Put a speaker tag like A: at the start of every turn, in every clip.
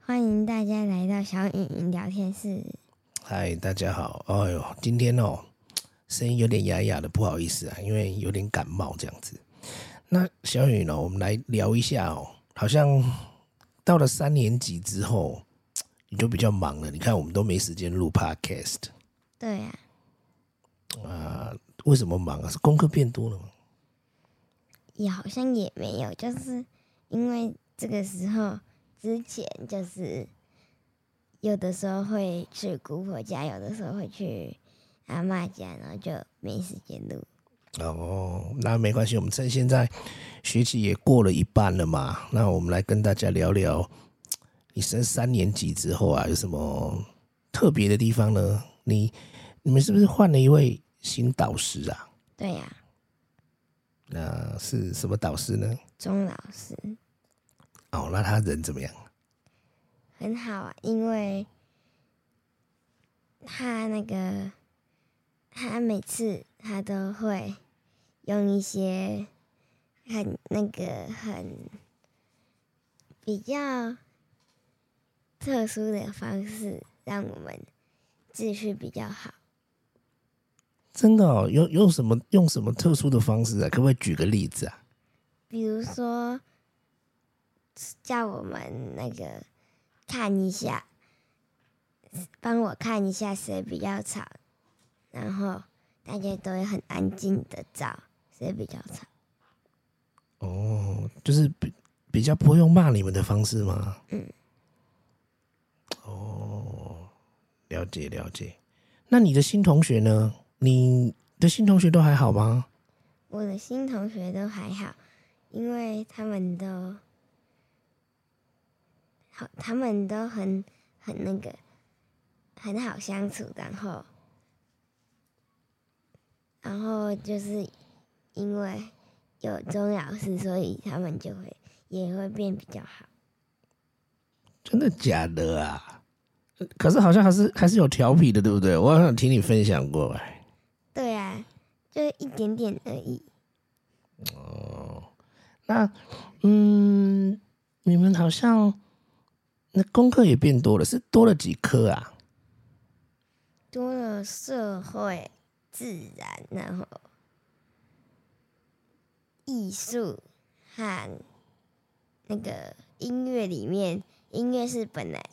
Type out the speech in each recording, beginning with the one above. A: 欢迎大家来到小雨云聊天室。
B: 嗨，大家好。哎呦，今天哦，声音有点哑哑的，不好意思啊，因为有点感冒这样子。那小雨呢，我们来聊一下哦。好像到了三年级之后，你就比较忙了。你看，我们都没时间录 podcast
A: 对呀、
B: 啊、为什么忙啊？是功课变多了吗？
A: 也好像也没有，就是因为这个时候之前就是有的时候会去姑婆家，有的时候会去阿嬷家，然后就没时间录。
B: 哦，那没关系，我们趁现在学期也过了一半了嘛，那我们来跟大家聊聊，你升三年级之后啊，有什么特别的地方呢？你你们是不是换了一位新导师啊？
A: 对呀、
B: 那是什么导师呢？
A: 钟老师
B: 哦，那他人怎么样？
A: 很好啊，因为他那个他每次他都会用一些很那个很比较特殊的方式，让我们秩序比较好。
B: 真的哦，有有什么用什么特殊的方式啊？可不可以举个例子啊？
A: 比如说，叫我们那个看一下，帮我看一下谁比较吵，然后大家都会很安静的找谁比较吵。
B: 哦，就是比比较不会用骂你们的方式吗？
A: 嗯。
B: 哦，了解了解。那你的新同学呢？你的新同学都还好吗？
A: 我的新同学都还好，因为他们都好，他们都很很那个，很好相处，然后然后就是因为有钟老师，所以他们就会也会变比较好。
B: 真的假的啊？呃可是好像还是还是有调皮的，对不对？我好像有听你分享过哎、
A: 对啊，就是一点点而已。
B: 那嗯，你们好像那功课也变多了，是多了几科啊？
A: 多了社会、自然，然后艺术和那个音乐里面，音乐是本来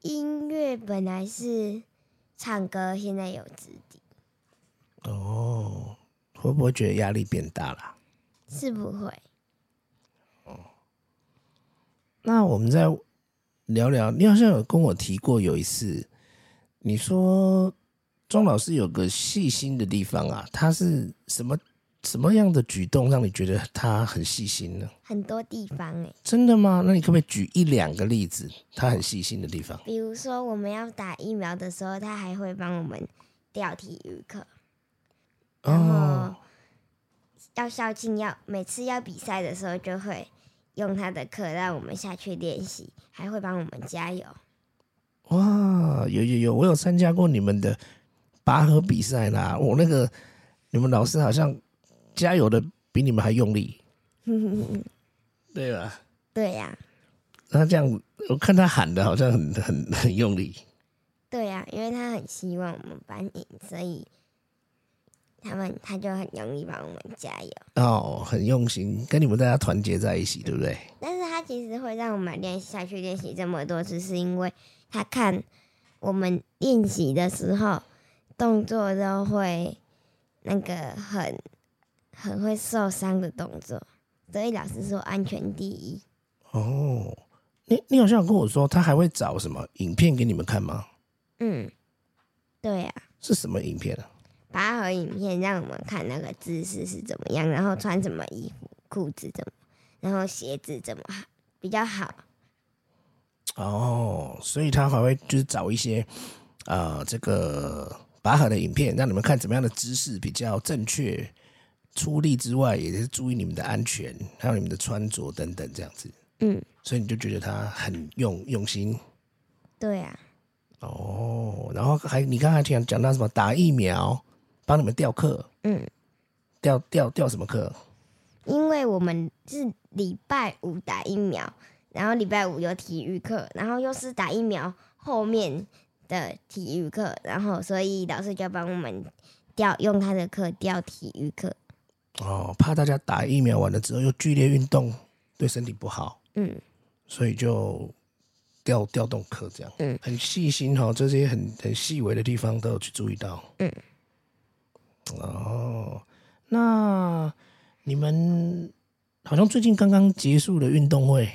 A: 音乐本来是唱歌，现在有指笛，
B: 哦，会不会觉得压力变大了啊？
A: 是不会。
B: 那我们再聊聊，你好像有跟我提过有一次，你说庄老师有个细心的地方啊，他是什么什么样的举动让你觉得他很细心呢？
A: 很多地方哎、
B: 真的吗？那你可不可以举一两个例子，他很细心的地方？
A: 比如说我们要打疫苗的时候，他还会帮我们调体育课，然后
B: 哦
A: 要校庆要每次要比赛的时候，就会用他的课让我们下去练习，还会帮我们加油。
B: 哦哇，有有有，我有参加过你们的拔河比赛啦，我那个你们老师好像加油的比你们还用力，对吧？
A: 对呀、
B: 他这样，我看他喊的好像很很很用力。
A: 对呀、因为他很希望我们班赢，所以他们他就很容易帮我们加油。
B: 哦，很用心，跟你们大家团结在一起，对不对？
A: 但是他其实会让我们练习下去练习这么多次，是因为他看我们练习的时候动作都会那个很很会受伤的动作，所以老师说安全第一。
B: 哦，你你好像有跟我说，他还会找什么影片给你们看吗？
A: 嗯，对呀、
B: 是什么影片啊？
A: 拔河影片让我们看那个姿势是怎么样，然后穿什么衣服、裤子怎么，然后鞋子怎么好比较好。
B: 哦，所以他还会就是找一些呃这个拔河的影片，让你们看怎么样的姿势比较正确出力之外，也是注意你们的安全，还有你们的穿着等等这样子。
A: 嗯，
B: 所以你就觉得他很用用心。
A: 对啊呀、
B: 哦，然后还你刚才讲讲到什么打疫苗，帮你们调课，
A: 嗯，
B: 调调调什么课？
A: 因为我们是礼拜五打疫苗，然后礼拜五有体育课，然后又是打疫苗后面的体育课，然后所以老师就帮我们调用他的课调体育课。
B: 哦，怕大家打疫苗完了之后又剧烈运动，对身体不好，
A: 嗯，
B: 所以就调调动课这样。
A: 嗯，
B: 很细心哦，这些很很细微的地方都有去注意到。
A: 嗯，
B: 哦，那你们好像最近刚刚结束了运动会，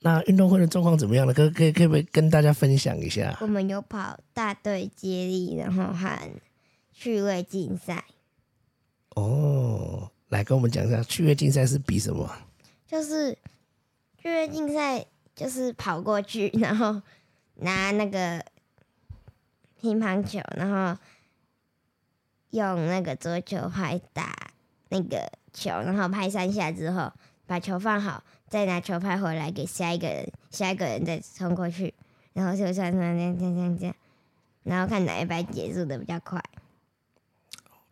B: 那运动会的状况怎么样了？可可以可不可以跟大家分享一下？
A: 我们有跑大队接力，然后和趣味竞赛，
B: 哦，来跟我们讲一下趣味竞赛是比什么？
A: 就是趣味竞赛就是跑过去，然后拿那个乒乓球，然后用那个桌球拍打那个球，然后拍三下之后把球放好，再拿球拍回来给下一个人，下一个人再冲过去，然后就这样这样这样这样这样这样，然后看哪一拍结束的比较快。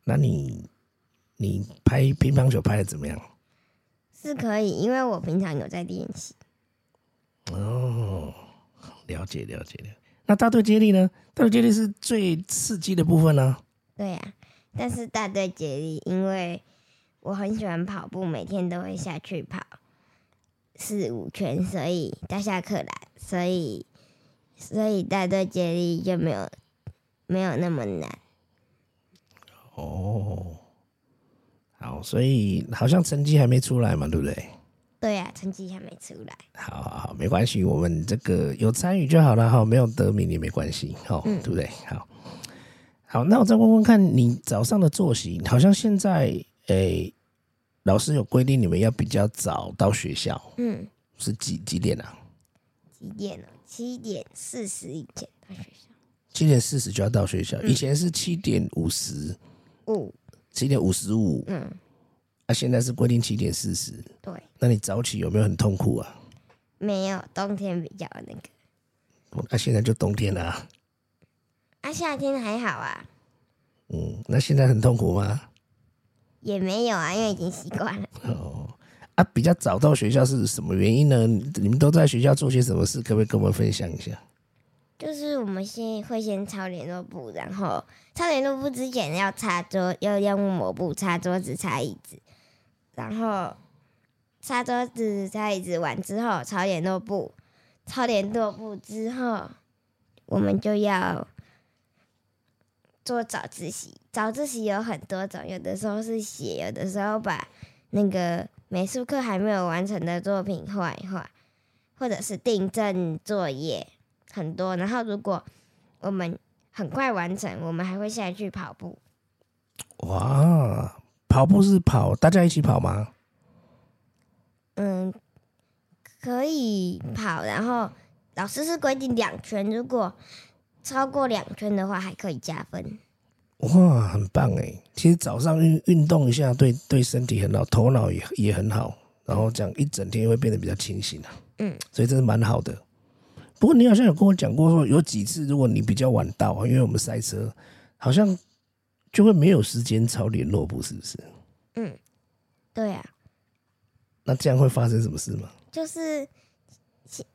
B: 那你你拍乒乓球拍的怎么样？
A: 是可以，因为我平常有在练习。
B: 哦，了解了解了解。那大队接力呢？大队接力是最刺激的部分呢、啊
A: 对呀、但是大队接力，因为我很喜欢跑步，每天都会下去跑四五圈，所以大下课来，所以所以大队接力就没有没有那么难。
B: 哦，好，所以好像成绩还没出来嘛，对不对？
A: 对呀、成绩还没出来。
B: 好好好，没关系，我们这个有参与就好了哈，没有得名也没关系，好、对不对？好，好，那我再问问看你早上的作息，好像现在诶、老师有规定你们要比较早到学校，
A: 嗯，
B: 是几几点啊？
A: 几点了？七点四十以前到学校。
B: 七点四十就要到学校，以前是七点五十、
A: 五、
B: 七点五十五，
A: 嗯，
B: 啊，现在是规定七点四十，
A: 对，
B: 那你早起有没有很痛苦啊？
A: 没有冬天比较那个，
B: 那、啊现在就冬天啦、
A: 啊，夏天还好啊，
B: 嗯，那现在很痛苦吗？
A: 也没有啊，因为已经习惯了。
B: 哦，啊，比较早到学校是什么原因呢？你们都在学校做些什么事？可不可以跟我们分享一下？
A: 就是我们先会先抄联络簿，然后抄联络簿之前要擦桌，要用抹布擦桌子、擦椅子，然后擦桌子、擦椅子完之后抄联络簿，抄联络簿之后，我们就要做早自习。早自习有很多种，有的时候是写，有的时候把那个美术课还没有完成的作品画一画，或者是订正作业。很多。然后如果我们很快完成，我们还会下去跑步。
B: 哇，跑步是跑，大家一起跑吗？
A: 嗯，可以跑，然后老师是规定两圈，如果超过两圈的话还可以加分。
B: 哇，很棒哎！其实早上运运动一下，对对身体很好，头脑也也很好，然后这样一整天会变得比较清醒啊。
A: 嗯，
B: 所以这是蛮好的。不过你好像有跟我讲过说，有几次如果你比较晚到啊，因为我们塞车，好像就会没有时间抄联络簿，是不是？
A: 对啊，
B: 那这样会发生什么事吗？
A: 就是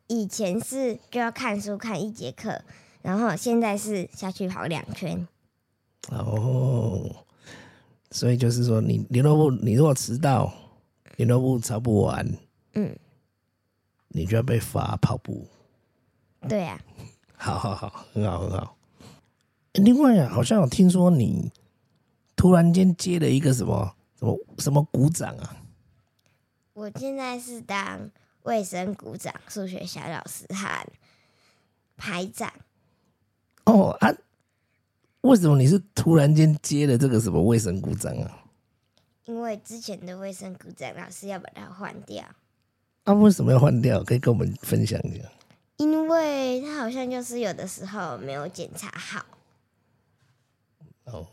A: 以以前是就要看书看一节课，然后现在是下去跑两圈。
B: 哦，所以就是说你，联络部你如果迟到，联络部抄不完，
A: 嗯，
B: 你就要被罚跑步。
A: 对啊，
B: 好好好，很好很好。诶另外啊，好像有听说你突然间接了一个什么什么什么鼓掌啊？
A: 我现在是当卫生股长、数学小老师和排长。
B: 哦啊，为什么你是突然间接了这个什么卫生鼓掌啊？
A: 因为之前的卫生股长老师要把它换掉，
B: 啊，为什么要换掉？可以跟我们分享一下。
A: 因为他好像就是有的时候没有检查好，
B: 哦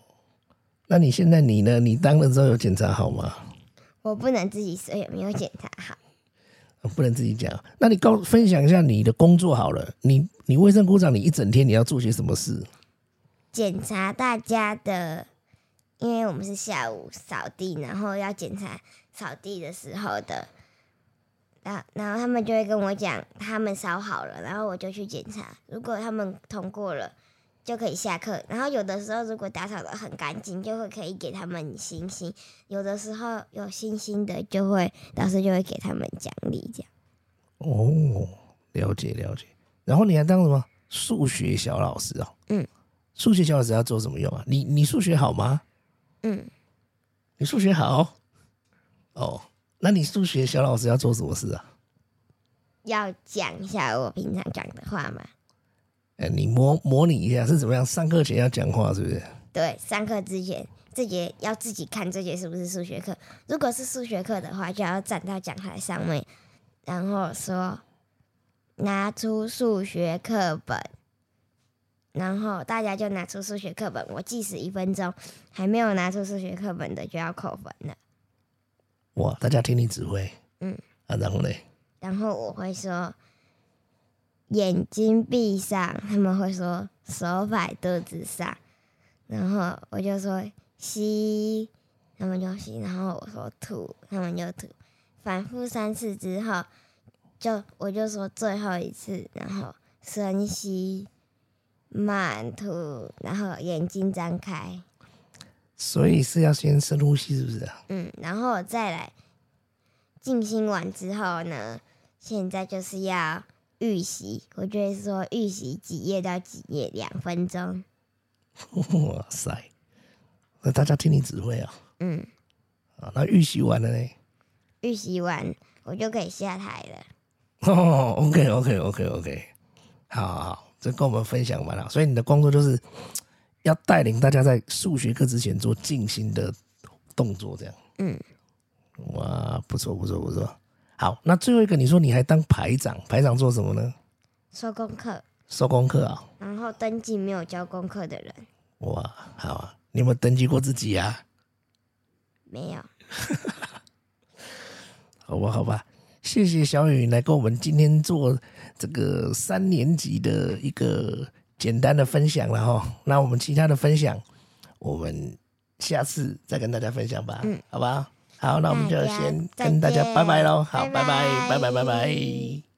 B: 那你现在你呢？你当了之后有检查好吗？
A: 我不能自己说有没有检查好。
B: 不能自己讲。那你告分享一下你的工作好了，你你卫生股长，你一整天你要做些什么事？
A: 检查大家的，因为我们是下午扫地，然后要检查扫地的时候的然后然后他们就会跟我讲他们烧好了，然后我就去检查，如果他们通过了。就可以下课，然后有的时候如果打扫的很干净，就会可以给他们星星；有的时候有星星的，就会老师就会给他们奖励。这样
B: 哦，了解了解。然后你还当什么数学小老师哦？
A: 嗯，
B: 数学小老师要做什么用啊？你你数学好吗？
A: 嗯，
B: 你数学好？哦，那你数学小老师要做什么事啊？
A: 要讲一下我平常讲的话嘛。
B: 哎，你模模拟一下是怎么样？上课前要讲话是不是？
A: 对，上课之前这节要自己看这节是不是数学课。如果是数学课的话，就要站到讲台上面，然后说拿出数学课本，然后大家就拿出数学课本。我计时一分钟，还没有拿出数学课本的就要扣分了。
B: 哇，大家听你指挥。
A: 嗯
B: 啊，然后嘞，
A: 然后我会说眼睛闭上，他们会说手摆肚子上，然后我就说吸，他们就吸，然后我说吐，他们就吐，反复三次之后，就我就说最后一次，然后深吸。慢吐，然后眼睛张开，
B: 所以是要先深呼吸是不是啊？
A: 嗯，然后再来静心完之后呢，现在就是要预习，我就会说预习几页到几页，两分钟。
B: 哇塞，那大家听你指挥啊。
A: 嗯，
B: 啊，那预习完了呢？
A: 预习完我就可以下台了。
B: 哦，OK OK OK OK，好好好，这跟我们分享完了。所以你的工作就是嘖要带领大家在数学课之前做静心的动作，这样。
A: 嗯，
B: 哇，不错不错不错。好，那最后一个，你说你还当排长，排长做什么呢？
A: 收功课，
B: 收功课啊、
A: 然后登记没有交功课的人
B: 哇，好啊，你有没有登记过自己啊？
A: 没有。
B: 好吧，好吧，谢谢小雨来跟我们今天做这个三年级的一个简单的分享了哈。那我们其他的分享，我们下次再跟大家分享吧，好吧？好，那我们就
A: 嗯大家
B: 先
A: 再
B: 跟大家
A: 见
B: 拜拜喽。好，
A: 拜
B: 拜拜，拜
A: 拜
B: 拜，拜拜。